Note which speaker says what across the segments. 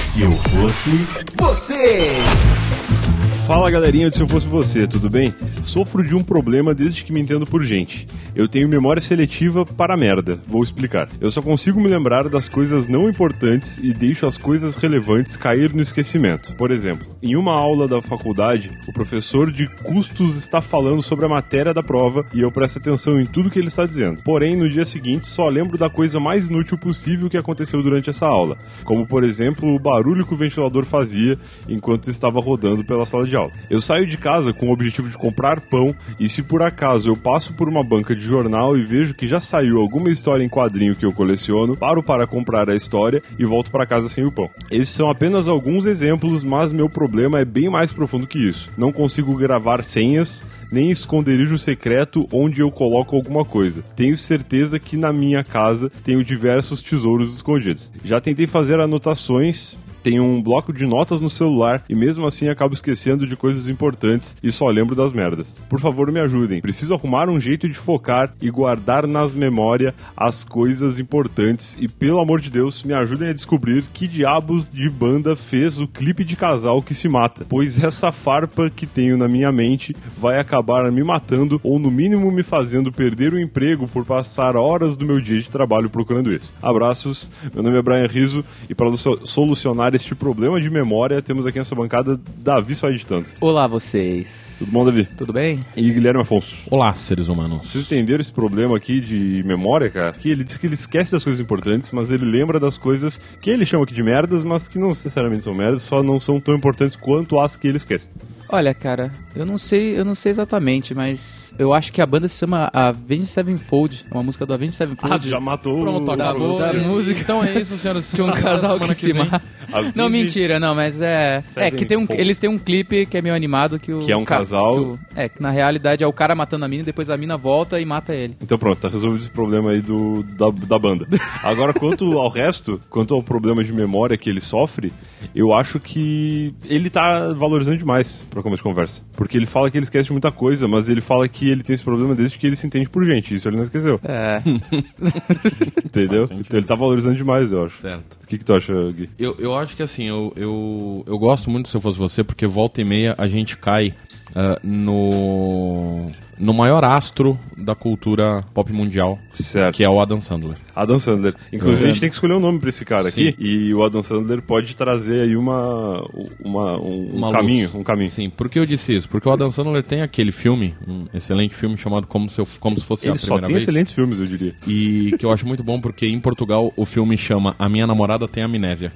Speaker 1: Se eu fosse você!
Speaker 2: Fala galerinha, se eu fosse você, tudo bem? Sofro de um problema desde que me entendo por gente. Eu tenho memória seletiva para merda, vou explicar. Eu só consigo me lembrar das coisas não importantes e deixo as coisas relevantes cair no esquecimento. Por exemplo, em uma aula da faculdade, o professor de custos está falando sobre a matéria da prova e eu presto atenção em tudo que ele está dizendo. Porém, no dia seguinte, só lembro da coisa mais inútil possível que aconteceu durante essa aula, como por exemplo o barulho que o ventilador fazia enquanto estava rodando pela sala de aula. Eu saio de casa com o objetivo de comprar pão e se por acaso eu passo por uma banca de jornal e vejo que já saiu alguma história em quadrinho que eu coleciono, paro para comprar a história e volto para casa sem o pão. Esses são apenas alguns exemplos, mas meu problema é bem mais profundo que isso. Não consigo gravar senhas, nem esconderijo secreto onde eu coloco alguma coisa. Tenho certeza que na minha casa tenho diversos tesouros escondidos. Já tentei fazer anotações, tenho um bloco de notas no celular e mesmo assim acabo esquecendo de coisas importantes e só lembro das merdas. Por favor, me ajudem. Preciso arrumar um jeito de focar e guardar nas memórias as coisas importantes e pelo amor de Deus, me ajudem a descobrir que diabos de banda fez o clipe de casal que se mata, pois essa farpa que tenho na minha mente vai acabar me matando ou no mínimo me fazendo perder o emprego por passar horas do meu dia de trabalho procurando isso. Abraços. Meu nome é Brian Riso e para solucionar este problema de memória, temos aqui nessa bancada Davi só editando.
Speaker 3: Olá, vocês.
Speaker 2: Tudo bom, Davi?
Speaker 3: Tudo bem?
Speaker 2: E Guilherme Afonso.
Speaker 4: Olá, seres humanos.
Speaker 2: Vocês entenderam esse problema aqui de memória, cara? Que ele diz que ele esquece das coisas importantes, mas ele lembra das coisas que ele chama aqui de merdas, mas que não necessariamente são merdas, só não são tão importantes quanto as que ele esquece.
Speaker 3: Olha, cara, eu não sei, eu não sei exatamente, mas eu acho que a banda se chama Avenged Sevenfold, é uma música do Avenged
Speaker 2: Ah,
Speaker 3: Sevenfold.
Speaker 2: já matou.
Speaker 4: Pronto,
Speaker 2: o-
Speaker 4: acabou.
Speaker 3: da
Speaker 4: E-
Speaker 3: música.
Speaker 4: Então é isso, senhoras e
Speaker 3: que um
Speaker 4: senhores.
Speaker 3: casal
Speaker 4: Até
Speaker 3: que se
Speaker 4: semana vem.
Speaker 3: mata.
Speaker 2: Avenged-
Speaker 3: Não, mentira, não, mas é. É que tem um,
Speaker 2: Sevenfold.
Speaker 3: eles têm um clipe que é meio animado que o.
Speaker 2: Que é um
Speaker 3: ca-
Speaker 2: casal.
Speaker 3: que o- é, que na realidade é o cara matando a mina e depois a mina volta e mata ele.
Speaker 2: Então pronto, tá resolvido esse problema aí do, da, da banda. Agora, quanto ao resto, quanto ao problema de memória que ele sofre, eu acho que ele tá valorizando demais pra começo de conversa. Porque ele fala que ele esquece de muita coisa, mas ele fala que ele tem esse problema desde que ele se entende por gente. Isso ele não esqueceu,
Speaker 3: É.
Speaker 2: entendeu? Então ele tá valorizando demais, eu acho.
Speaker 4: Certo.
Speaker 2: O que, que tu acha, Gui?
Speaker 4: Eu, eu acho que assim, eu, eu, eu gosto muito se eu fosse você, porque volta e meia a gente cai ah, no, no maior astro da cultura pop mundial,
Speaker 2: Certo.
Speaker 4: que é o Adam Sandler.
Speaker 2: Adam Sandler. Inclusive, a gente
Speaker 3: Sim.
Speaker 2: tem que escolher um nome pra esse cara
Speaker 4: É. Sim.
Speaker 2: aqui. E o Adam Sandler pode trazer aí uma, uma, um, um
Speaker 4: Uma
Speaker 2: caminho.
Speaker 4: luz.
Speaker 2: Um caminho.
Speaker 4: Sim, por que eu disse isso? Porque o Adam Sandler tem aquele filme, um excelente filme chamado Como Se, eu, Como se Fosse É a
Speaker 2: Ele só
Speaker 4: Primeira
Speaker 2: tem
Speaker 4: Vez.
Speaker 2: excelentes filmes, eu diria.
Speaker 4: E que eu acho muito bom porque em Portugal o filme chama A Minha Namorada Tem Amnésia.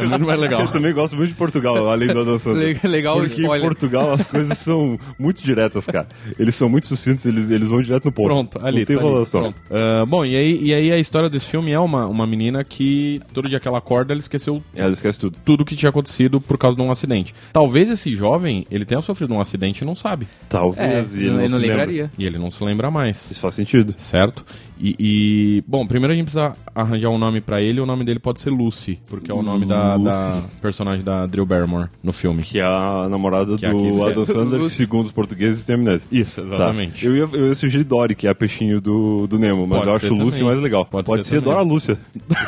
Speaker 4: é muito mais legal.
Speaker 2: Eu também gosto muito de Portugal, além do Adam Sandler.
Speaker 3: Le- legal o
Speaker 2: Porque em
Speaker 3: spoiler.
Speaker 2: Portugal as coisas são muito diretas, cara. Eles são muito sucintos, eles, eles vão direto no ponto.
Speaker 4: Pronto, ali.
Speaker 2: Não tem
Speaker 4: tá ali,
Speaker 2: enrolação.
Speaker 4: pronto. Ah, bom, e aí, e aí a história desse filme é uma, uma menina que todo dia que ela acorda ela esqueceu
Speaker 2: Ela É, esquece tudo.
Speaker 4: tudo que tinha acontecido por causa de um acidente. Talvez esse jovem, ele tenha sofrido um acidente e não sabe.
Speaker 3: É,
Speaker 2: Talvez ele
Speaker 3: eu
Speaker 2: não,
Speaker 3: não,
Speaker 2: se lembre.
Speaker 3: lembraria.
Speaker 4: E ele não se lembra mais,
Speaker 2: Isso faz sentido.
Speaker 4: certo? E, e- bom, primeiro a gente precisa arranjar um nome pra ele. O nome dele pode ser Lucy, porque é o nome da, da personagem da Drew Barrymore no filme.
Speaker 2: Que é a namorada
Speaker 4: Que é a que
Speaker 2: do
Speaker 4: esquece.
Speaker 2: Adam Sandler, que segundo os portugueses tem amnésia.
Speaker 4: Isso,
Speaker 2: Tá.
Speaker 4: exatamente.
Speaker 2: Eu, ia, eu ia sugerir Dory, que é a peixinho do, do Nemo, mas
Speaker 4: Pode
Speaker 2: eu
Speaker 4: ser
Speaker 2: acho Lucy
Speaker 4: também.
Speaker 2: mais legal.
Speaker 4: Pode ser
Speaker 2: ser,
Speaker 4: também.
Speaker 2: Dora Lúcia.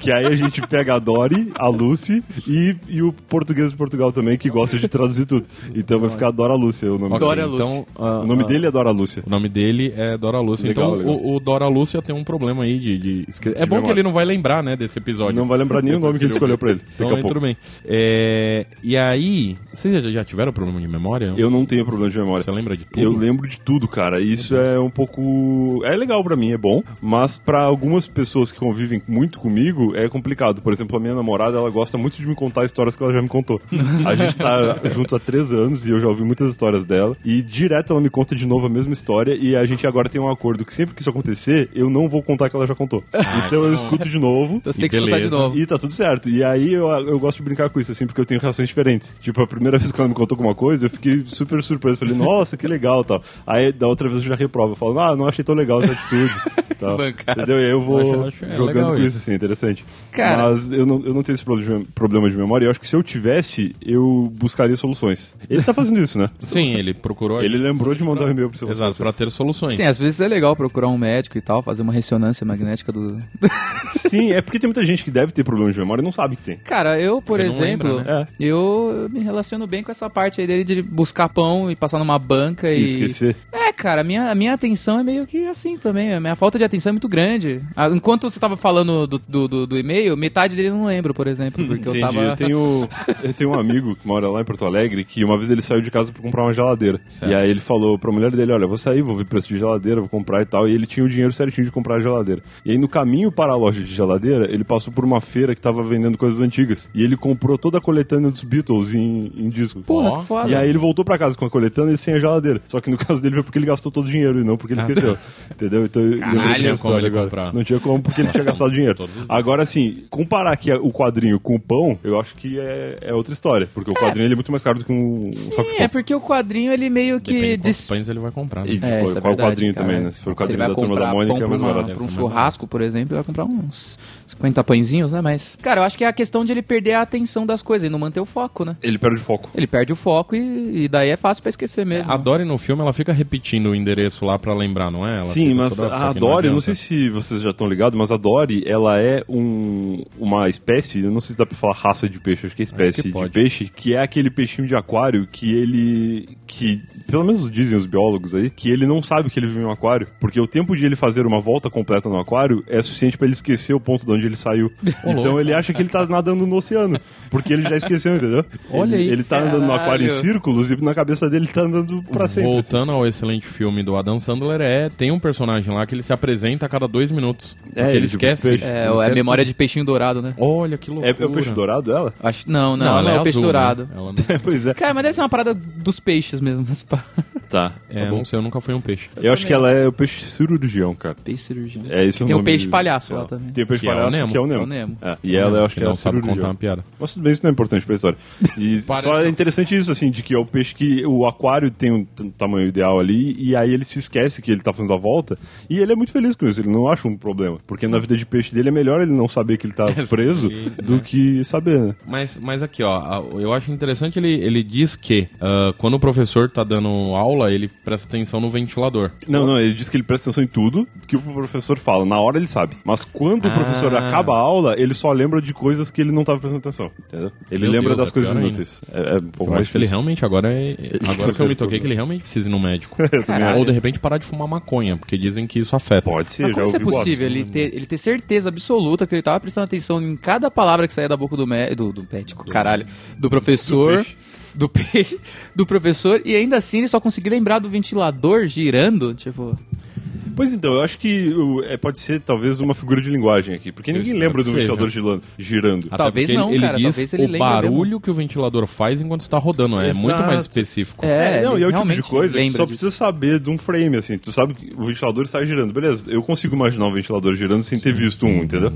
Speaker 2: que aí a gente pega a Dory, a Lucy e, e o português de Portugal também, que gosta de traduzir tudo. Então vai ficar Dora Lúcia o nome
Speaker 4: Ok,
Speaker 2: dele.
Speaker 3: Dora Lucy.
Speaker 4: então, ah,
Speaker 2: O nome
Speaker 4: ah,
Speaker 2: dele é Dora Lúcia.
Speaker 4: O nome dele é Dora Lúcia.
Speaker 2: Legal,
Speaker 4: então
Speaker 2: legal.
Speaker 4: O, o Dora Lúcia tem um problema aí de. de escre- é bom
Speaker 2: memória.
Speaker 4: que ele não vai lembrar, né, desse episódio.
Speaker 2: Não vai lembrar nem o nome que ele escolheu pra ele. Daqui
Speaker 4: Então,
Speaker 2: a
Speaker 4: aí,
Speaker 2: pouco.
Speaker 4: tudo bem. É, e aí, vocês já, já tiveram problema de memória?
Speaker 2: Eu não tenho problema de memória.
Speaker 4: Você lembra de tudo?
Speaker 2: Eu lembro de tudo, cara. Isso é um pouco. É legal pra mim, é bom. Mas pra algumas pessoas que convivem muito comigo, é complicado. Por exemplo, a minha namorada, ela gosta muito de me contar histórias que ela já me contou. A gente tá junto há três anos e eu já ouvi muitas histórias dela. E direto ela me conta de novo a mesma história. E a gente agora tem um acordo que sempre que isso acontecer, eu não vou contar que ela já contou. então eu escuto de novo.
Speaker 3: Então você
Speaker 4: E
Speaker 3: tem que escutar de
Speaker 4: beleza.
Speaker 3: novo.
Speaker 2: E tá tudo certo. E aí eu, eu gosto de brincar com isso, assim, porque eu tenho reações diferentes. Tipo, a primeira vez que ela me contou alguma coisa, eu fiquei super surpreso. Falei, nossa, que legal tal. Aí da outra vez eu já reprovo. Eu falo, ah, não achei tão legal essa atitude. tal.
Speaker 3: Bancada.
Speaker 2: Entendeu? E aí eu vou
Speaker 4: Acho- acho- é
Speaker 2: jogando
Speaker 4: legal
Speaker 2: com isso,
Speaker 4: isso.
Speaker 2: assim, interessante.
Speaker 3: Cara.
Speaker 2: Mas eu não, eu não tenho esse problema, problema de memória. Eu acho que se eu tivesse, eu buscaria soluções. Ele tá fazendo isso, né?
Speaker 4: Sim, ele procurou.
Speaker 2: Ele lembrou de mandar um e-mail pro seu
Speaker 4: Exato, pra ter soluções.
Speaker 3: Sim, às vezes é legal procurar um médico e tal, fazer uma ressonância magnética do.
Speaker 2: Sim, é porque tem muita gente que deve ter problema de memória e não sabe que tem.
Speaker 3: Cara, eu, por
Speaker 4: Ele não
Speaker 3: exemplo,
Speaker 4: lembra,
Speaker 2: né?
Speaker 3: eu me relaciono bem com essa parte aí dele de buscar pão e passar numa banca
Speaker 2: E
Speaker 3: e.
Speaker 2: esquecer.
Speaker 3: É, cara, a minha, a minha atenção é meio que assim também. A minha falta de atenção é muito grande. Ah, Enquanto você tava falando do, do, do- do e-mail, metade dele eu não lembro, por exemplo. Porque eu
Speaker 2: Entendi.
Speaker 3: tava.
Speaker 2: Eu, tenho, eu tenho um amigo que mora lá em Porto Alegre que uma vez ele saiu de casa pra comprar uma geladeira.
Speaker 4: Certo.
Speaker 2: E aí ele falou pra mulher dele: Olha, vou sair, vou ver preço de geladeira, vou comprar e tal. E ele tinha o dinheiro certinho de comprar a geladeira. E aí no caminho para a loja de geladeira, ele passou por uma feira que tava vendendo coisas antigas. E ele comprou toda a coletânea dos Beatles em, em disco.
Speaker 3: Porra,
Speaker 4: Ó.
Speaker 3: que foda.
Speaker 2: um E aí ele voltou pra casa com a coletânea e sem a geladeira. Só que no caso dele foi porque ele gastou todo o dinheiro e não porque ele esqueceu. entendeu? Então eu
Speaker 4: Caralho,
Speaker 2: lembrei dessa
Speaker 4: como
Speaker 2: história
Speaker 4: ele
Speaker 2: agora.
Speaker 4: comprar.
Speaker 2: Não tinha como porque ele tinha gastado dinheiro.
Speaker 4: todos os dias.
Speaker 2: Agora assim, comparar aqui o quadrinho com o pão, eu acho que é, é outra história. Porque o quadrinho ele é muito mais caro do que um
Speaker 3: Sim,
Speaker 2: saco de pão.
Speaker 3: é porque o quadrinho ele meio que
Speaker 4: Depende de quantos
Speaker 3: des-
Speaker 4: pães ele vai comprar. né?
Speaker 2: E
Speaker 3: É,
Speaker 2: qual,
Speaker 3: isso é
Speaker 2: Tipo, qual o
Speaker 3: verdade,
Speaker 2: quadrinho
Speaker 3: cara.
Speaker 2: também, né? Se for o
Speaker 3: ele
Speaker 2: quadrinho
Speaker 3: vai
Speaker 2: da Turma da
Speaker 3: comprar
Speaker 2: Mônica,
Speaker 3: pão
Speaker 2: é mais
Speaker 3: pra uma-
Speaker 2: barato.
Speaker 3: Pra um churrasco, por exemplo, ele vai comprar uns 50 pãezinhos, né? Mas, cara, eu acho que é a questão de ele perder a atenção das coisas e não manter o foco, né?
Speaker 2: Ele perde o foco.
Speaker 3: Ele perde o foco e, e daí é fácil pra esquecer mesmo.
Speaker 2: Ah,
Speaker 4: A Dory no filme, ela fica repetindo o endereço lá pra lembrar, não é? Ela
Speaker 2: Sim,
Speaker 4: fica
Speaker 2: mas
Speaker 4: toda- só
Speaker 2: a
Speaker 4: que
Speaker 2: Dory, não
Speaker 4: adianta.
Speaker 2: sei se vocês já estão ligados, mas a Dory, ela é um, uma espécie, eu não sei se dá pra falar raça de peixe, acho que é espécie de
Speaker 4: pode.
Speaker 2: peixe, que é aquele peixinho de aquário que ele, que, pelo menos dizem os biólogos aí, que ele não sabe que ele vive em um aquário, porque o tempo de ele fazer uma volta completa no aquário é suficiente pra ele esquecer o ponto de onde ele saiu. então
Speaker 4: louco.
Speaker 2: ele acha que ele tá nadando no oceano, porque ele já esqueceu, entendeu? ele,
Speaker 3: Olha aí,
Speaker 2: Ele tá andando no aquário em
Speaker 3: caralho.
Speaker 2: círculos e na cabeça dele tá andando pra sempre.
Speaker 4: Voltando ao excelente filme do Adam Sandler, é, tem um personagem lá que ele se apresenta a cada dois minutos.
Speaker 2: É,
Speaker 4: Porque
Speaker 2: ele
Speaker 4: ele
Speaker 2: tipo os
Speaker 4: esquece.
Speaker 2: peixes.
Speaker 4: ele
Speaker 3: É,
Speaker 4: esquece
Speaker 3: é memória de peixinho dourado, né?
Speaker 4: tudo. Olha que
Speaker 2: É,
Speaker 4: loucura.
Speaker 2: é o peixe dourado ela?
Speaker 3: Acho, não, não,
Speaker 4: Não,
Speaker 3: não,
Speaker 4: ela
Speaker 3: é
Speaker 4: é
Speaker 3: o peixe
Speaker 4: azul, né?
Speaker 3: dourado.
Speaker 4: Ela não...
Speaker 2: Pois é.
Speaker 3: Cara, mas deve ser uma parada dos peixes mesmo. essa parada.
Speaker 2: Tá.
Speaker 4: É,
Speaker 2: tá bom.
Speaker 4: não sei, eu nunca fui um peixe.
Speaker 2: Eu acho que ela é o peixe cirurgião, cara.
Speaker 3: Peixe cirurgião.
Speaker 2: É isso
Speaker 3: Tem
Speaker 2: o
Speaker 3: o
Speaker 2: nome
Speaker 3: peixe
Speaker 2: do-
Speaker 3: palhaço
Speaker 2: sei
Speaker 3: lá também.
Speaker 2: Tem o peixe
Speaker 4: Que é o
Speaker 2: palhaço,
Speaker 4: Nemo.
Speaker 2: que é o Nemo.
Speaker 3: É o Nemo.
Speaker 2: É, E ela, eu acho que, ela é
Speaker 4: não sabe
Speaker 2: cirurgião.
Speaker 4: contar uma piada.
Speaker 2: Mas tudo bem, isso não é importante pra história. E
Speaker 4: Parece
Speaker 2: só é
Speaker 4: não.
Speaker 2: interessante isso, assim, de que é o peixe que o aquário tem um t- tamanho ideal ali, e aí ele se esquece que ele tá fazendo a volta, e ele é muito feliz com isso, ele não acha um problema. Porque na vida de peixe dele é melhor ele não saber que ele tá preso
Speaker 4: sim,
Speaker 2: do
Speaker 4: né?
Speaker 2: que saber, né?
Speaker 4: Mas, mas aqui, ó, a- eu acho interessante ele, ele diz que ah, quando o professor tá dando aula, ele presta atenção no ventilador.
Speaker 2: Não, não, ele diz que ele presta atenção em tudo que o professor fala. Na hora ele sabe. Mas quando o
Speaker 4: Ah.
Speaker 2: professor acaba a aula, ele só lembra de coisas que ele não estava prestando atenção. Entendeu? Ele
Speaker 4: Meu
Speaker 2: lembra
Speaker 4: Deus,
Speaker 2: das
Speaker 4: é
Speaker 2: coisas
Speaker 4: pior
Speaker 2: inúteis. É, é um pouco
Speaker 4: Eu
Speaker 2: mais
Speaker 4: acho que ele
Speaker 2: difícil.
Speaker 4: realmente agora é. Agora que eu me toquei
Speaker 2: Problema.
Speaker 4: que ele realmente precisa ir no médico.
Speaker 3: Caralho.
Speaker 4: Ou de repente parar de fumar maconha, porque dizem que isso afeta.
Speaker 2: É Pode ser,
Speaker 3: Mas
Speaker 2: já
Speaker 3: como isso é
Speaker 2: ouvi boatos.
Speaker 3: possível? Ele ter, ele ter certeza absoluta que ele tava prestando atenção em cada palavra que saía da boca do mé- do, do médico, caralho, do professor, do peixe. do professor, e ainda assim ele só conseguiu lembrar do ventilador girando, tipo...
Speaker 2: Pois então, eu acho que o- é, pode ser talvez uma figura de linguagem aqui. Porque ninguém
Speaker 4: Pode
Speaker 2: lembra do
Speaker 4: ser, né?
Speaker 2: ventilador
Speaker 4: já.
Speaker 2: girando. girando.
Speaker 4: Até
Speaker 3: Talvez
Speaker 4: porque
Speaker 3: não,
Speaker 4: ele,
Speaker 3: cara,
Speaker 4: Ele diz
Speaker 3: talvez ele
Speaker 4: o
Speaker 3: lembre
Speaker 4: barulho que o ventilador faz enquanto está rodando. É
Speaker 2: Exato.
Speaker 4: muito mais específico.
Speaker 2: É, não, e
Speaker 3: ele
Speaker 2: é o tipo de
Speaker 3: realmente
Speaker 2: coisa que
Speaker 3: lembra
Speaker 2: só
Speaker 3: disso.
Speaker 2: precisa saber de um frame, assim. Tu sabe que o ventilador está girando. Beleza, eu consigo imaginar um ventilador girando sem ter visto um,
Speaker 4: Uhum,
Speaker 2: entendeu?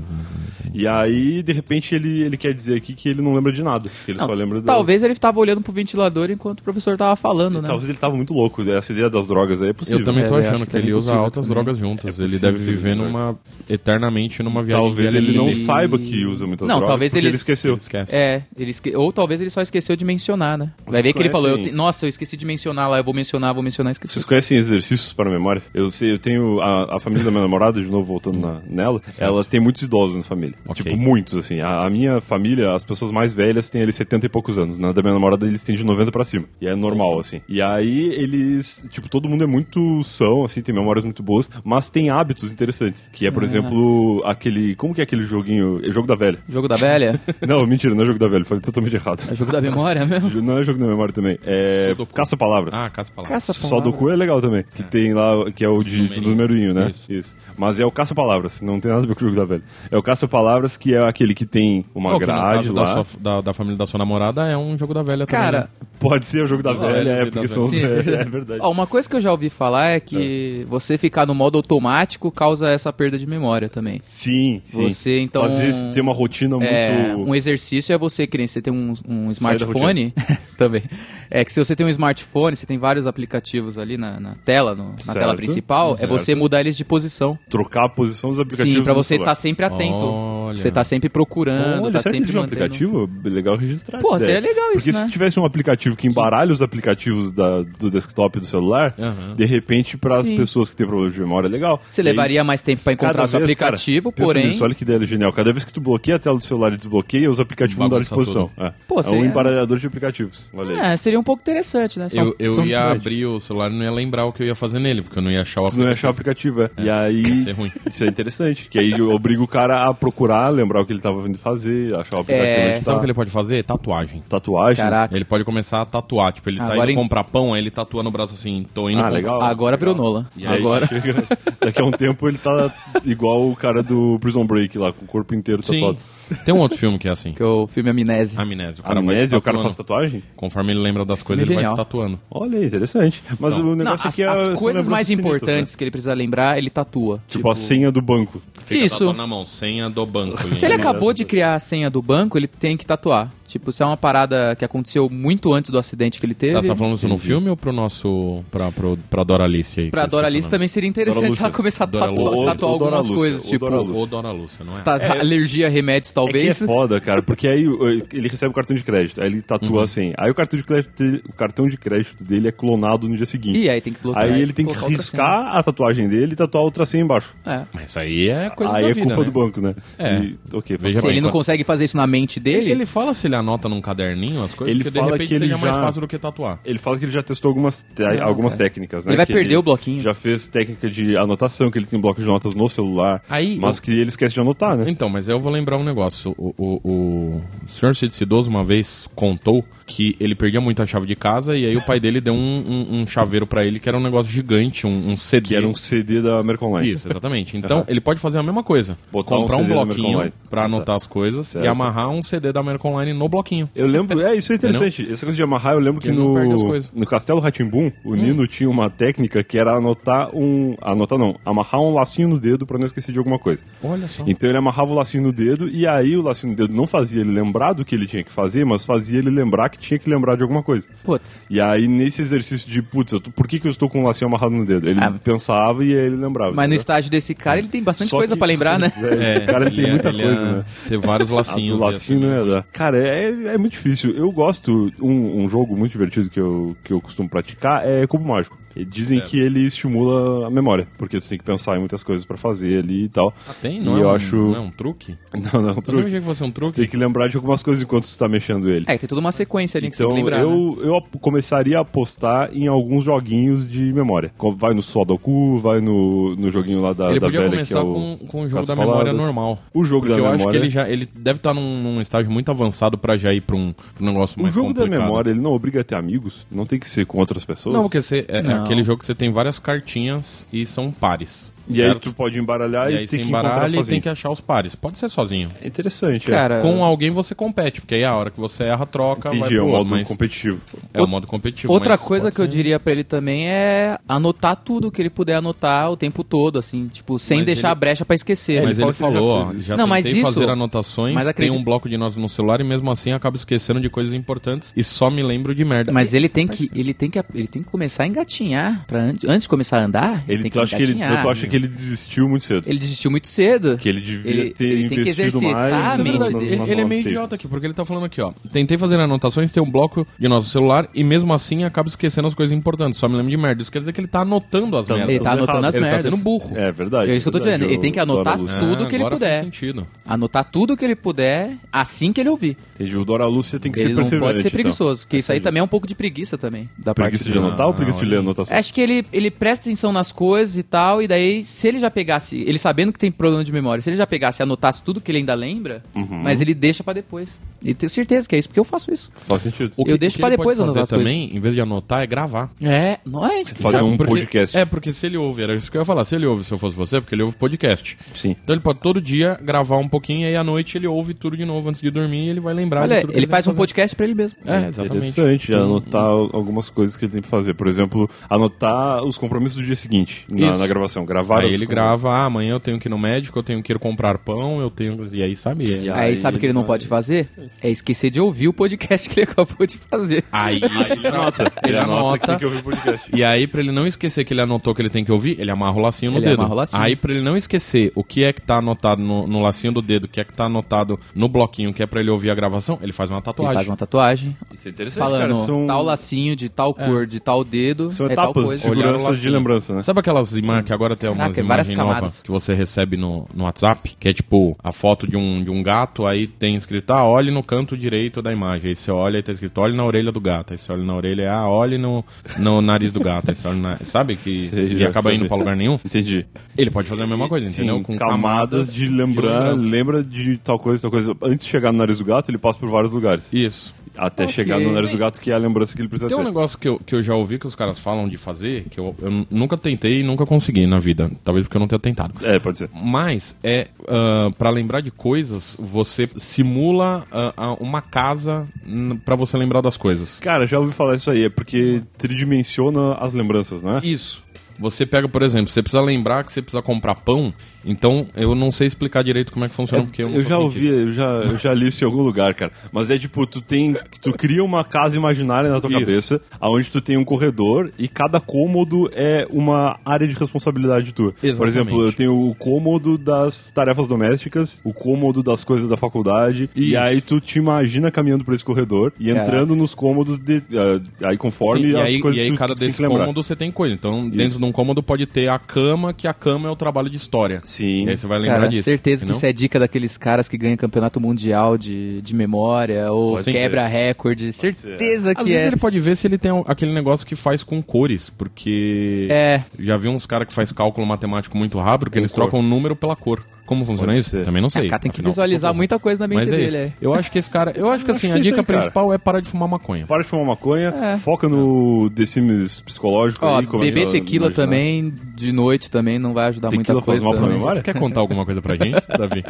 Speaker 2: E aí, de repente, ele, ele quer dizer aqui que ele não lembra de nada. Que ele
Speaker 3: Não,
Speaker 2: só lembra das-
Speaker 3: Talvez ele tava olhando pro ventilador enquanto o professor tava falando, né?
Speaker 2: Talvez ele tava muito louco. Essa ideia das drogas aí é possível.
Speaker 4: Eu também
Speaker 3: É,
Speaker 4: tô
Speaker 3: eu
Speaker 4: achando
Speaker 3: acho
Speaker 4: que,
Speaker 3: que é
Speaker 4: ele usa
Speaker 3: impossível
Speaker 4: altas
Speaker 3: também. É
Speaker 4: drogas juntas. ele
Speaker 2: possível
Speaker 4: deve viver
Speaker 2: usar
Speaker 4: numa. eternamente numa viagem.
Speaker 2: Talvez
Speaker 4: de
Speaker 2: ele não
Speaker 4: LSD.
Speaker 2: saiba que usa muitas
Speaker 3: Não,
Speaker 2: drogas
Speaker 3: talvez
Speaker 2: porque
Speaker 3: ele-
Speaker 2: ele esqueceu.
Speaker 4: Esquece.
Speaker 3: É, ele esque... ou talvez ele só esqueceu de mencionar, né? Vai
Speaker 2: Vocês
Speaker 3: ver que ele falou, eu
Speaker 2: conhecem-
Speaker 3: te- nossa, eu esqueci de mencionar lá, eu vou mencionar, vou mencionar, esqueci.
Speaker 2: é assim. Vocês conhecem exercícios para a memória? Eu sei, eu tenho a, a família da minha namorada, de novo voltando na- nela, ela tem muitos idosos na família.
Speaker 4: Ok.
Speaker 2: Tipo, muitos, assim. A, a minha família, as pessoas mais velhas têm ali 70 e poucos anos. Na da minha namorada, eles têm de 90 pra cima. E é normal, assim. E aí, eles, tipo, todo mundo é muito são, assim, tem memórias muito boas, mas tem hábitos interessantes. Que é,
Speaker 4: Ah.
Speaker 2: por exemplo, aquele, como que é aquele joguinho, é jogo da velha.
Speaker 3: Jogo da velha?
Speaker 2: Não, mentira, não é jogo da velha, falei totalmente errado.
Speaker 3: é jogo da memória mesmo?
Speaker 2: Não é jogo da memória também, é
Speaker 4: Sudoku.
Speaker 2: caça-palavras.
Speaker 4: Ah, caça palavra.
Speaker 3: Caça
Speaker 2: Só do
Speaker 3: palavra.
Speaker 2: cu é legal também. Que tem lá, que é o de do
Speaker 4: Numerinho.
Speaker 2: numerinho, né? Isso.
Speaker 4: Isso.
Speaker 2: Mas é o caça-palavras, não tem nada a ver com o jogo da velha. É o caça-palavras que é aquele que tem uma
Speaker 4: Qual que no
Speaker 2: grade
Speaker 4: caso da
Speaker 2: lá.
Speaker 4: sua- da, da família da sua namorada é um jogo da velha também,
Speaker 3: Cara,
Speaker 4: né?
Speaker 2: Pode ser o jogo da velha,
Speaker 4: velha,
Speaker 2: é,
Speaker 4: jogo da
Speaker 2: porque
Speaker 4: velha.
Speaker 2: são os
Speaker 3: Sim, é
Speaker 2: velhos.
Speaker 3: verdade.
Speaker 2: É verdade.
Speaker 3: Ó, uma coisa que eu já ouvi falar é
Speaker 2: Ah.
Speaker 3: que você ficar no modo automático causa essa perda de memória também.
Speaker 2: Sim, sim.
Speaker 3: Você, então,
Speaker 2: Às vezes tem uma rotina muito.
Speaker 3: É, um exercício é você, que nem você tem um, um
Speaker 2: Sai da
Speaker 3: smartphone também. É que se você tem um smartphone, você tem vários aplicativos ali na, na tela, no- na
Speaker 2: Certo,
Speaker 3: tela principal, é
Speaker 2: certo.
Speaker 3: você mudar eles de posição.
Speaker 2: Trocar a posição dos aplicativos.
Speaker 3: Sim, pra
Speaker 2: no
Speaker 3: você
Speaker 2: celular.
Speaker 3: estar sempre atento.
Speaker 4: Olha.
Speaker 3: Você tá sempre procurando,
Speaker 2: Olha,
Speaker 3: tá
Speaker 2: será que
Speaker 3: sempre
Speaker 2: existe um
Speaker 3: mantendo.
Speaker 2: aplicativo? Legal registrar
Speaker 3: Pô,
Speaker 2: essa
Speaker 3: seria
Speaker 2: ideia.
Speaker 3: legal isso,
Speaker 2: Porque
Speaker 3: né?
Speaker 2: se tivesse um aplicativo que embaralha os aplicativos da- do desktop e do celular,
Speaker 4: Aham.
Speaker 2: de repente, para as
Speaker 3: Sim.
Speaker 2: pessoas que têm problema de memória, é legal.
Speaker 3: Você
Speaker 2: E aí,
Speaker 3: levaria mais tempo pra encontrar
Speaker 2: cada
Speaker 3: o seu
Speaker 2: vez,
Speaker 3: aplicativo,
Speaker 2: cara, pensa
Speaker 3: porém.
Speaker 2: nisso, olha que ideia genial. Cada vez que tu bloqueia a tela do celular e desbloqueia, os aplicativos mudaram de
Speaker 4: Bagunça
Speaker 2: posição. É.
Speaker 3: Pô,
Speaker 2: é um
Speaker 3: seria-
Speaker 2: embaralhador de aplicativos. Olha aí.
Speaker 3: É, seria um pouco interessante, né? São-
Speaker 4: Eu, eu
Speaker 3: são
Speaker 4: ia
Speaker 3: opções.
Speaker 4: abrir o celular e não ia lembrar o que eu ia fazer nele, porque eu não ia achar o
Speaker 2: Tu não ia achar o aplicativo, é. E aí.
Speaker 4: Ia ser ruim.
Speaker 2: Isso é interessante. Que aí obriga o cara a procurar, lembrar o que ele tava vindo fazer, achar o aplicativo.
Speaker 3: É.
Speaker 2: onde
Speaker 4: Sabe o
Speaker 2: tá.
Speaker 4: que ele pode fazer? Tatuagem.
Speaker 2: Tatuagem. Ah,
Speaker 3: Caraca.
Speaker 4: Ele pode começar a tatuar. Tipo, ele tá
Speaker 3: Agora
Speaker 4: indo
Speaker 3: em-
Speaker 4: comprar pão, aí ele tatua no braço assim, tô indo
Speaker 2: Ah,
Speaker 4: comprar
Speaker 2: legal.
Speaker 3: Agora virou Nola.
Speaker 2: E aí
Speaker 3: Agora.
Speaker 2: chega- daqui a um tempo ele tá igual o cara do Prison Break lá, com o corpo inteiro
Speaker 4: Sim.
Speaker 2: tatuado.
Speaker 4: Tem um outro filme que é assim.
Speaker 3: Que é o filme Amnésia.
Speaker 4: Uhum. Amnésia. O cara assim, vai se
Speaker 3: tá
Speaker 2: Amnésia, o cara faz
Speaker 4: tatuando.
Speaker 2: tatuagem?
Speaker 4: Conforme ele lembra das coisas,
Speaker 3: filme
Speaker 4: ele
Speaker 3: é
Speaker 4: vai se
Speaker 3: genial.
Speaker 4: tatuando.
Speaker 2: Olha, aí, interessante. Mas o
Speaker 3: Não,
Speaker 2: negócio
Speaker 3: as,
Speaker 2: aqui é.
Speaker 3: as
Speaker 2: são
Speaker 3: coisas
Speaker 2: lembranças
Speaker 3: mais
Speaker 2: infinitas,
Speaker 3: importantes que ele precisa lembrar, ele tatua.
Speaker 2: né? Tipo a senha do banco.
Speaker 4: Fica
Speaker 3: Isso.
Speaker 4: tatuando na mão, senha do banco.
Speaker 3: Se ele
Speaker 2: né?
Speaker 4: E-
Speaker 3: acabou de criar a senha do banco, ele tem que tatuar. Tipo, se é uma parada que aconteceu muito antes do acidente que ele teve. Uhum.
Speaker 4: Tá, você tá falando isso no filme ou pro nosso. pra, pro, pra Doralice aí?
Speaker 2: Tá
Speaker 3: Pra Dora Alice também seria interessante
Speaker 2: Lúcia.
Speaker 3: ela começar a
Speaker 4: Dora
Speaker 3: tatuar,
Speaker 4: Lúcia.
Speaker 3: tatuar
Speaker 2: Ou né? Dora
Speaker 3: algumas
Speaker 2: Lúcia,
Speaker 3: coisas,
Speaker 2: ou
Speaker 3: tipo.
Speaker 2: Dora Lúcia.
Speaker 4: Ou Dora Lúcia, não é?
Speaker 3: tá- tá- alergia a remédios,
Speaker 2: É que é
Speaker 3: talvez.
Speaker 2: foda, cara, porque aí eh, ele recebe o cartão de crédito, aí ele tatua assim. Aí o cartão, de crédito, o cartão de crédito dele é clonado no dia seguinte.
Speaker 3: e aí tem que bloquear.
Speaker 2: Aí ele tem que
Speaker 3: colocar outra
Speaker 2: riscar a tatuagem dele e tatuar outra senha embaixo.
Speaker 3: senha.
Speaker 4: Mas isso aí é coisa
Speaker 2: Aí
Speaker 4: da
Speaker 2: é
Speaker 4: vida,
Speaker 2: culpa
Speaker 4: né?
Speaker 2: do banco, né?
Speaker 4: É.
Speaker 2: E- ok, assim.
Speaker 4: Veja
Speaker 2: pode
Speaker 3: É. Se
Speaker 4: bem.
Speaker 2: ser.
Speaker 3: ele não
Speaker 4: enquanto-
Speaker 3: consegue fazer isso na mente dele,
Speaker 4: Ele fala se ele anota num caderninho as coisas,
Speaker 2: Ele
Speaker 4: porque
Speaker 2: fala
Speaker 4: de repente
Speaker 2: que ele
Speaker 4: seria mais
Speaker 2: já-
Speaker 4: fácil do que tatuar.
Speaker 2: Ele fala que ele já testou algumas, te- algumas
Speaker 3: cara.
Speaker 2: técnicas, né?
Speaker 3: Ele vai
Speaker 2: Que
Speaker 3: perder o bloquinho.
Speaker 2: Já fez técnica de anotação, que ele tem bloco de notas no celular,
Speaker 4: Aí-
Speaker 2: mas que ele esquece de anotar, né?
Speaker 4: Então, mas eu vou lembrar um negócio. O, o, o senhor Cid Cidoso uma vez contou que ele perdia muito a chave de casa e aí o pai dele deu um, um- um chaveiro pra ele que era um negócio gigante, um, um CD.
Speaker 2: Que era um CD da American Online.
Speaker 4: Isso, exatamente. Então, ele pode fazer a mesma coisa.
Speaker 2: Botar um
Speaker 4: Comprar um,
Speaker 2: CD da American
Speaker 4: bloquinho
Speaker 2: Online.
Speaker 4: pra anotar as coisas
Speaker 2: Certo.
Speaker 4: e amarrar um CD da American Online no bloquinho.
Speaker 2: Eu lembro, é, isso é interessante. Essa coisa de amarrar, eu lembro que
Speaker 4: Ele não
Speaker 2: no,
Speaker 4: perde as coisas.
Speaker 2: no Castelo Ratimbum, o Nino tinha uma técnica que era anotar um. Anotar não, amarrar um lacinho no dedo pra não esquecer de alguma coisa.
Speaker 4: Olha só.
Speaker 2: Então ele amarrava o lacinho no dedo e aí o lacinho no dedo não fazia ele lembrar do que ele tinha que fazer, mas fazia ele lembrar que tinha que lembrar de alguma coisa.
Speaker 3: puta.
Speaker 2: E aí, nesse exercício de, putz, eu tô- por que, que eu estou com o lacinho amarrado no dedo? Ele
Speaker 3: Ah.
Speaker 2: pensava e aí ele lembrava.
Speaker 3: Mas no
Speaker 2: entendeu?
Speaker 3: estágio desse cara, ele tem bastante
Speaker 2: é. Só
Speaker 3: coisa
Speaker 2: que-
Speaker 3: pra lembrar, né?
Speaker 2: É, esse cara ele tem muita coisa, né?
Speaker 4: Tem vários
Speaker 2: A do
Speaker 4: lacinhos. e
Speaker 2: lacinho
Speaker 4: assim.
Speaker 2: não ia dar. Cara, é, é muito difícil. Eu gosto, um, um jogo muito divertido que eu, que eu costumo praticar é Cubo Mágico. E Dizem que ele estimula a memória, porque tu tem que pensar em muitas coisas pra fazer ali e tal.
Speaker 4: Ah, tem? Não,
Speaker 2: E
Speaker 4: é,
Speaker 2: eu
Speaker 4: um,
Speaker 2: acho-
Speaker 4: não é um truque?
Speaker 2: Não, não,
Speaker 4: Eu não
Speaker 2: truque.
Speaker 4: achei que fosse um
Speaker 2: Tu tem
Speaker 4: truque.
Speaker 2: que lembrar de algumas coisas enquanto tu tá mexendo ele.
Speaker 3: É, tem toda uma sequência ali que você tem
Speaker 2: Então,
Speaker 3: que lembrar. né?
Speaker 2: eu, eu ap- começaria a apostar em alguns joguinhos de memória. Co- Vai no Sudoku, vai no, no joguinho lá da,
Speaker 4: Ele
Speaker 2: da
Speaker 4: podia
Speaker 2: velha, que é
Speaker 4: começar
Speaker 2: o...
Speaker 4: com, com o jogo
Speaker 2: as
Speaker 4: da memória
Speaker 2: palavras.
Speaker 4: normal.
Speaker 2: O jogo
Speaker 4: Porque
Speaker 2: da
Speaker 4: eu
Speaker 2: memória...
Speaker 4: acho que ele já ele deve estar num, num estágio muito avançado pra já ir pra um, pra um negócio
Speaker 2: O
Speaker 4: mais
Speaker 2: jogo da
Speaker 4: complicado.
Speaker 2: memória, ele não obriga a ter amigos? Não tem que ser com outras pessoas?
Speaker 4: Não, porque você, é, é
Speaker 3: Não.
Speaker 4: aquele jogo que você tem várias cartinhas e são pares.
Speaker 2: E aí
Speaker 4: certo?
Speaker 2: tu pode embaralhar
Speaker 4: e
Speaker 2: e,
Speaker 4: aí você
Speaker 2: tem que encontrar
Speaker 4: embaralha e tem
Speaker 2: sozinho.
Speaker 4: que achar os pares. Pode ser sozinho.
Speaker 2: É interessante,
Speaker 3: Cara, tá
Speaker 4: Com alguém você compete, porque aí a hora que você erra,
Speaker 2: é.
Speaker 4: troca, vai
Speaker 2: Entendi, é
Speaker 4: pro
Speaker 2: um
Speaker 4: outro,
Speaker 2: modo
Speaker 4: mas
Speaker 2: competitivo.
Speaker 4: É o modo competitivo.
Speaker 3: Outra
Speaker 4: mas
Speaker 3: coisa
Speaker 4: pode
Speaker 3: que eu
Speaker 4: ser.
Speaker 3: diria pra ele também é anotar tudo que ele puder anotar o tempo todo, assim, tipo, sem
Speaker 4: Mas
Speaker 3: deixar
Speaker 4: ele-
Speaker 3: a brecha pra esquecer. né?
Speaker 4: Mas
Speaker 2: Ele
Speaker 4: ele
Speaker 2: fala que ele já
Speaker 4: falou, ó,
Speaker 2: fez isso.
Speaker 4: já
Speaker 3: Não, mas
Speaker 4: tentei
Speaker 3: isso-
Speaker 4: fazer anotações,
Speaker 3: mas acredito-
Speaker 4: tem um bloco de nós no celular e mesmo assim acabo esquecendo de coisas importantes e só me lembro de merda.
Speaker 3: Mas
Speaker 4: Aí,
Speaker 3: ele
Speaker 4: você
Speaker 3: tem
Speaker 4: perde
Speaker 3: que, ele tem que, ele tem que começar a engatinhar para antes, antes de começar a andar.
Speaker 2: Ele,
Speaker 3: tem
Speaker 2: tu, acha que ele,
Speaker 3: engatinhar.
Speaker 2: tu acha que ele desistiu muito cedo?
Speaker 3: ele desistiu muito cedo.
Speaker 2: Que ele devia
Speaker 3: Ele-
Speaker 2: ter
Speaker 3: ele tem que
Speaker 2: investido
Speaker 3: exercitar
Speaker 2: mais.
Speaker 3: a
Speaker 2: nas-
Speaker 4: Isso é
Speaker 3: mente
Speaker 2: nas-
Speaker 4: verdade.
Speaker 3: dele.
Speaker 2: nas
Speaker 4: Ele, ele é meio
Speaker 2: técnicas.
Speaker 4: idiota aqui, porque ele tá falando aqui, ó. Tentei fazer anotações, tem um bloco de nosso celular e mesmo assim acabo esquecendo as coisas importantes. Só me lembro de merda. Isso quer dizer que ele tá anotando as merdas.
Speaker 3: Ele tá
Speaker 2: tudo
Speaker 3: anotando
Speaker 2: errado.
Speaker 3: as
Speaker 4: ele
Speaker 3: merdas.
Speaker 4: tá sendo burro.
Speaker 2: É verdade.
Speaker 3: É isso que eu tô
Speaker 2: verdade,
Speaker 3: dizendo, ele
Speaker 2: o
Speaker 3: tem que anotar
Speaker 2: Dora Lúcia.
Speaker 3: tudo que ele
Speaker 4: agora
Speaker 3: puder.
Speaker 4: Faz sentido.
Speaker 3: Anotar tudo que ele puder assim que ele ouvir.
Speaker 2: Entendi, o Dora Lúcia tem que
Speaker 3: Ele
Speaker 2: ser
Speaker 3: não
Speaker 2: perseverante.
Speaker 3: pode ser
Speaker 2: então.
Speaker 3: preguiçoso, que isso aí também é um pouco de preguiça também da
Speaker 2: Preguiça
Speaker 3: parte
Speaker 2: de
Speaker 3: dele.
Speaker 2: anotar ou
Speaker 4: Não,
Speaker 3: É.
Speaker 2: preguiça de ler a anotação?
Speaker 3: Acho que ele, ele presta atenção nas coisas e tal, e daí ele, se ele já pegasse, ele sabendo que tem problema de memória, se ele já pegasse e anotasse tudo que ele ainda lembra,
Speaker 2: Uhum.
Speaker 3: mas ele deixa pra depois. E tenho certeza que é isso, porque eu faço isso.
Speaker 2: Faz sentido.
Speaker 3: Eu deixo pra
Speaker 4: ele
Speaker 3: depois
Speaker 4: pode
Speaker 3: anotar
Speaker 4: fazer
Speaker 3: as coisas.
Speaker 4: também, em vez de anotar, é gravar.
Speaker 3: É, não é isso.
Speaker 2: Fazer
Speaker 4: Já-
Speaker 2: um
Speaker 4: porque-
Speaker 2: podcast.
Speaker 4: É, porque se ele ouve, era isso que eu ia falar, se ele ouve se eu fosse você, porque ele ouve podcast.
Speaker 2: Sim.
Speaker 4: Então ele pode todo dia gravar um pouquinho e aí à noite ele ouve tudo de novo antes de dormir e ele vai lembrar. de
Speaker 3: Olha,
Speaker 4: tudo que
Speaker 3: ele faz um
Speaker 4: vai fazer.
Speaker 3: podcast pra ele mesmo.
Speaker 4: É, exatamente.
Speaker 2: Interessante, já anotar algumas coisas que ele tem que fazer. Por exemplo, anotar os compromissos do dia seguinte na,
Speaker 4: Isso.
Speaker 2: na gravação. Gravar
Speaker 4: Aí
Speaker 2: os
Speaker 4: ele
Speaker 2: com-
Speaker 4: grava, ah, amanhã eu tenho que ir no médico, eu tenho que ir comprar pão, eu tenho. E aí sabe. é-
Speaker 3: Aí, sabe o que ele não pode fazer? É esquecer de ouvir o podcast que ele acabou de fazer.
Speaker 4: Aí ele anota.
Speaker 2: Ele anota que tem
Speaker 4: anota.
Speaker 2: que ouvir o podcast.
Speaker 4: E aí, pra ele não esquecer que ele anotou que ele tem que ouvir, ele amarra o lacinho no
Speaker 3: Ele
Speaker 4: dedo.
Speaker 3: amarra o lacinho.
Speaker 4: Aí, pra ele não esquecer o que é que tá anotado no, no lacinho do dedo, o que é que tá anotado no bloquinho, que é pra ele ouvir a gravação, ele faz uma
Speaker 3: Ele
Speaker 4: tatuagem.
Speaker 3: faz uma tatuagem,
Speaker 2: Isso é interessante,
Speaker 3: falando
Speaker 2: cara. São,
Speaker 3: tal lacinho, de tal cor, de tal dedo,
Speaker 2: são
Speaker 3: é tal
Speaker 2: etapas de
Speaker 3: coisa.
Speaker 4: Olhar o
Speaker 2: segurança de
Speaker 4: lacinho.
Speaker 2: lembrança, né?
Speaker 4: Sabe aquelas imagens que agora tem umas
Speaker 3: tem várias
Speaker 4: imagens novas
Speaker 3: camadas.
Speaker 4: que você recebe no, no WhatsApp? Que é tipo a foto de um, de um gato, aí tem escrito, ah, olhe no canto direito da imagem. Aí você olha e tá escrito, olhe na orelha do gato. Aí você olha na orelha, ah, olhe no, no nariz do gato. Aí você olha na... Sabe que
Speaker 2: Sei,
Speaker 4: ele
Speaker 2: já
Speaker 4: acaba indo
Speaker 2: sei.
Speaker 4: pra lugar nenhum?
Speaker 2: Entendi.
Speaker 4: Ele pode fazer a mesma coisa,
Speaker 2: Sim,
Speaker 4: entendeu? Com
Speaker 2: camadas, de lembrar,
Speaker 4: lembrança.
Speaker 2: lembra de tal coisa, tal coisa. Antes de chegar no nariz do gato, ele passa por vários lugares.
Speaker 4: Isso.
Speaker 2: Até
Speaker 3: Ok.
Speaker 2: chegar no nariz do gato, que é a lembrança que ele precisa
Speaker 4: Tem um
Speaker 2: ter.
Speaker 4: negócio que eu, que eu já ouvi que os caras falam de fazer, que eu, eu n- nunca tentei e nunca consegui na vida. Talvez porque eu não tenha tentado.
Speaker 2: É, pode ser.
Speaker 4: Mas é ah, pra lembrar de coisas, você simula ah, ah, uma casa hum, pra você lembrar das coisas.
Speaker 2: Cara, já ouvi falar isso aí, é porque tridimensiona as lembranças, não é?
Speaker 4: Isso. Você pega, por exemplo, você precisa lembrar que você precisa comprar pão, então eu não sei explicar direito como é que funciona, porque eu não
Speaker 2: Eu
Speaker 4: sou
Speaker 2: já ouvi,
Speaker 4: cientista.
Speaker 2: eu já, eu já li isso em algum lugar, cara. Mas é tipo, tu tem. Tu cria uma casa imaginária na tua
Speaker 4: Isso.
Speaker 2: cabeça, aonde tu tem um corredor e cada cômodo é uma área de responsabilidade tua. Por
Speaker 4: Exatamente.
Speaker 2: exemplo, eu tenho o cômodo das tarefas domésticas, o cômodo das coisas da faculdade, e
Speaker 4: Isso.
Speaker 2: aí tu te imagina caminhando por esse corredor e
Speaker 3: Caraca.
Speaker 2: entrando nos cômodos de. ah, aí conforme
Speaker 4: Sim, e
Speaker 2: as
Speaker 4: aí,
Speaker 2: coisas
Speaker 4: e aí
Speaker 2: tu,
Speaker 4: cada
Speaker 2: tu tem
Speaker 4: desse
Speaker 2: que lembrar.
Speaker 4: cômodo você tem coisa. Então, dentro de um cômodo pode ter a cama, que a cama é o trabalho de história.
Speaker 2: Sim.
Speaker 4: E aí você vai lembrar
Speaker 3: Cara,
Speaker 4: disso.
Speaker 3: certeza que
Speaker 4: entendeu?
Speaker 3: isso é dica daqueles caras que ganham campeonato mundial de, de memória ou
Speaker 2: Pode ser.
Speaker 3: quebra recorde. Certeza
Speaker 4: Às
Speaker 3: que
Speaker 4: vezes
Speaker 3: é.
Speaker 4: ele pode ver se ele tem um- aquele negócio que faz com cores, porque
Speaker 3: É.
Speaker 4: já vi uns caras que faz cálculo matemático muito rápido, que
Speaker 2: Com
Speaker 4: eles
Speaker 2: cor.
Speaker 4: trocam o número pela cor. Como funciona
Speaker 2: Pode
Speaker 4: isso?
Speaker 2: ser.
Speaker 4: Também não sei.
Speaker 3: O É, cara tem que
Speaker 4: afinal,
Speaker 3: visualizar
Speaker 4: sou
Speaker 3: muita coisa na mente
Speaker 4: Mas é
Speaker 3: dele.
Speaker 4: isso.
Speaker 3: é.
Speaker 4: Eu acho que esse cara, eu acho que assim,
Speaker 2: que
Speaker 4: a
Speaker 2: é isso
Speaker 4: dica
Speaker 2: aí, cara.
Speaker 4: principal é parar de fumar maconha.
Speaker 2: Para de fumar maconha, foca no
Speaker 4: É.
Speaker 2: The Sims psicológico
Speaker 3: É. Ó,
Speaker 2: aí, começa
Speaker 3: beber
Speaker 2: a
Speaker 3: tequila
Speaker 4: né?
Speaker 2: imaginar.
Speaker 3: também de noite também não vai ajudar
Speaker 2: Tequila
Speaker 3: muita
Speaker 2: faz
Speaker 3: coisa.
Speaker 2: mal pra
Speaker 3: também.
Speaker 2: memória?
Speaker 4: Você quer contar alguma coisa pra gente,
Speaker 3: Assim,
Speaker 4: Davi?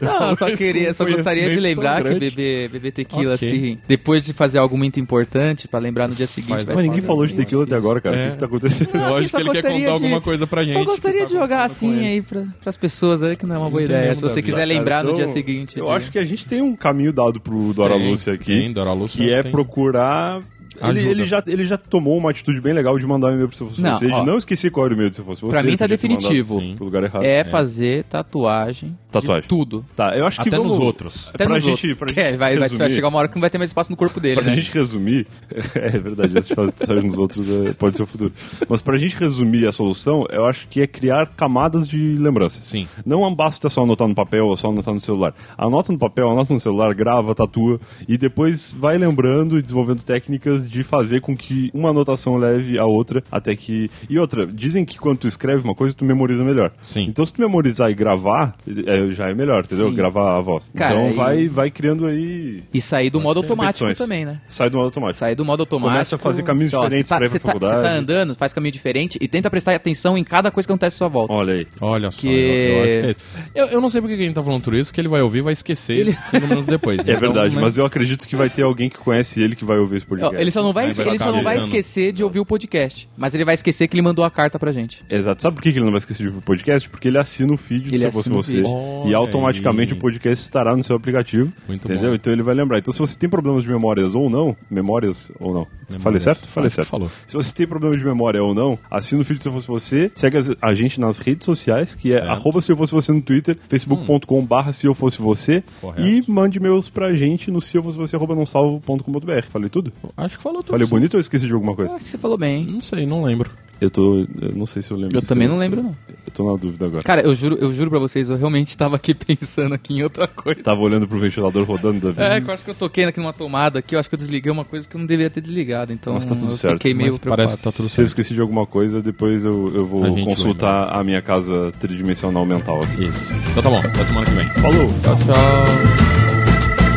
Speaker 3: Não, eu só queria, só gostaria de
Speaker 2: conhecimento
Speaker 3: lembrar
Speaker 2: tão
Speaker 3: que
Speaker 2: grande.
Speaker 3: beber, beber tequila
Speaker 4: Ok.
Speaker 3: assim, depois de fazer algo muito importante pra lembrar no dia seguinte.
Speaker 4: Faz-
Speaker 3: vai
Speaker 2: Mas ninguém
Speaker 3: ser-
Speaker 2: falou de tequila até agora, cara. O
Speaker 4: É.
Speaker 2: que, que tá acontecendo?
Speaker 3: Não, assim,
Speaker 4: Lógico
Speaker 3: só
Speaker 4: que ele quer
Speaker 3: gostaria
Speaker 4: contar
Speaker 3: de-
Speaker 4: alguma coisa pra gente.
Speaker 3: Só gostaria
Speaker 4: que
Speaker 3: de
Speaker 4: tá
Speaker 3: jogar
Speaker 4: acontecendo com
Speaker 3: assim
Speaker 4: ele.
Speaker 3: aí pra, pras pessoas, olha que não é uma boa ideia. Se você quiser lembrar no
Speaker 2: Então,
Speaker 3: dia seguinte.
Speaker 2: Eu
Speaker 3: de-
Speaker 2: acho que a gente tem um caminho dado pro Dora
Speaker 4: Tem,
Speaker 2: Lúcia aqui,
Speaker 4: tem, Dora Lúcia
Speaker 2: que é
Speaker 4: tem.
Speaker 2: procurar... Ele,
Speaker 4: Ajuda.
Speaker 2: ele já, ele já tomou uma atitude bem legal de mandar um e-mail pro Se Eu Fosse
Speaker 3: Não,
Speaker 2: Você, de
Speaker 3: ó.
Speaker 2: não esquecer qual era o e-mail do Se Eu Fosse Você.
Speaker 3: Pra mim
Speaker 2: ele
Speaker 3: tá
Speaker 2: podia ter mandado,
Speaker 3: definitivo.
Speaker 2: sim, Pro lugar errado.
Speaker 3: É fazer tatuagem. de
Speaker 2: Tatuagem.
Speaker 3: tudo.
Speaker 2: Tá, eu acho que
Speaker 4: Até
Speaker 2: vamos...
Speaker 4: nos outros.
Speaker 3: Até
Speaker 2: pra
Speaker 3: nos
Speaker 2: gente,
Speaker 3: outros.
Speaker 2: pra
Speaker 3: Que é,
Speaker 2: gente
Speaker 3: vai, vai- vai
Speaker 2: resumir-
Speaker 3: chegar uma hora que não vai ter mais espaço no corpo dele,
Speaker 2: Pra
Speaker 3: né?
Speaker 2: gente resumir, é verdade, essa fase de sair nos outros é, pode ser o futuro. Mas pra gente resumir a solução, eu acho que é criar camadas de lembranças.
Speaker 4: Sim.
Speaker 2: Não um basta só anotar no papel ou só anotar no celular. Anota no papel, anota no celular, grava, tatua e depois vai lembrando e desenvolvendo técnicas de fazer com que uma anotação leve a outra até que. E outra, dizem que quando tu escreve uma coisa, tu memoriza melhor.
Speaker 4: Sim.
Speaker 2: Então se tu memorizar e gravar, é, já é melhor, entendeu?
Speaker 3: Sim.
Speaker 2: Gravar a voz.
Speaker 3: Cara,
Speaker 2: então
Speaker 3: e-
Speaker 2: vai, vai criando aí.
Speaker 3: E sair do modo automático
Speaker 2: repetições.
Speaker 3: também, né?
Speaker 2: Sai do modo automático.
Speaker 3: Sair do modo automático.
Speaker 2: Começa a fazer caminhos
Speaker 3: Ó,
Speaker 2: diferentes
Speaker 3: você tá,
Speaker 2: pra ir pra
Speaker 3: você tá-
Speaker 2: faculdade.
Speaker 3: você tá andando, faz caminho diferente e tenta prestar atenção em cada coisa que acontece à sua volta.
Speaker 2: Olha aí.
Speaker 4: Olha só,
Speaker 3: Que-
Speaker 4: eu, eu acho que é isso. Eu, eu não sei porque que a gente tá falando tudo isso, que ele vai ouvir e vai esquecer cinco minutos depois. então,
Speaker 2: É verdade,
Speaker 4: né?
Speaker 2: mas eu acredito que vai ter alguém que conhece ele que vai ouvir esse
Speaker 3: Ó,
Speaker 2: podcast.
Speaker 3: Ele só não vai,
Speaker 4: Aí vai
Speaker 3: ele só não vai
Speaker 4: acabando.
Speaker 3: esquecer de ouvir o podcast, mas ele vai esquecer que ele mandou a carta pra gente.
Speaker 2: Exato. Sabe por que que ele não vai esquecer de ouvir o podcast? Porque ele assina o feed do
Speaker 3: Ele
Speaker 2: Se Eu Fosse
Speaker 3: assina o
Speaker 2: Você.
Speaker 3: feed.
Speaker 2: E
Speaker 4: Olha
Speaker 2: automaticamente
Speaker 4: aí.
Speaker 2: o podcast estará no seu aplicativo.
Speaker 4: Muito
Speaker 2: entendeu?
Speaker 4: bom.
Speaker 2: Então ele vai lembrar. Então se você tem problemas de memórias ou não, memórias ou não. Falei certo? Falei
Speaker 4: Acho que
Speaker 2: certo.
Speaker 4: falou.
Speaker 2: Se você tem problema de memória ou não, assina o feed do Se Eu Fosse Você, segue as- a gente nas redes sociais, que é
Speaker 4: Certo.
Speaker 2: arroba Se Eu Fosse Você no Twitter, facebook.com barra Se Eu Fosse Você,
Speaker 4: Correto.
Speaker 2: e mande e-mails pra gente no se eu fosse você arroba não salvo ponto com ponto br. Falei tudo?
Speaker 4: Acho que falou tudo.
Speaker 3: É.
Speaker 2: Falei bonito ou esqueci de alguma coisa?
Speaker 3: Acho que você falou bem, hein?
Speaker 4: Não sei, não lembro.
Speaker 2: Eu tô. Eu não sei se eu lembro.
Speaker 3: Eu
Speaker 2: se
Speaker 3: também não lembro, não.
Speaker 2: Eu tô na dúvida agora.
Speaker 3: Cara, eu juro, eu juro pra vocês, eu realmente tava aqui pensando aqui em outra coisa.
Speaker 2: Tava olhando pro ventilador rodando da vida.
Speaker 3: É, que eu acho que eu toquei aqui numa tomada aqui, eu acho que eu desliguei uma coisa que eu não deveria ter desligado, então
Speaker 2: Nossa, tá tudo
Speaker 3: eu
Speaker 2: certo,
Speaker 3: fiquei meio
Speaker 4: mas
Speaker 3: preocupado.
Speaker 4: parece que tá tudo
Speaker 2: Se eu esqueci de alguma coisa, depois eu, eu vou
Speaker 4: A gente
Speaker 2: consultar a minha casa tridimensional mental aqui.
Speaker 4: Isso. Então tá bom, até semana que vem.
Speaker 2: Falou!
Speaker 3: Tchau, tchau.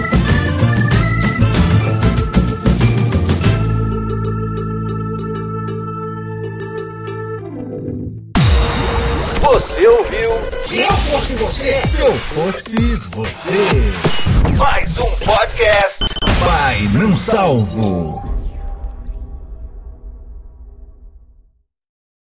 Speaker 1: Você ouviu? Se eu fosse você. Se eu fosse você. Mais um podcast. Vai, não salvo.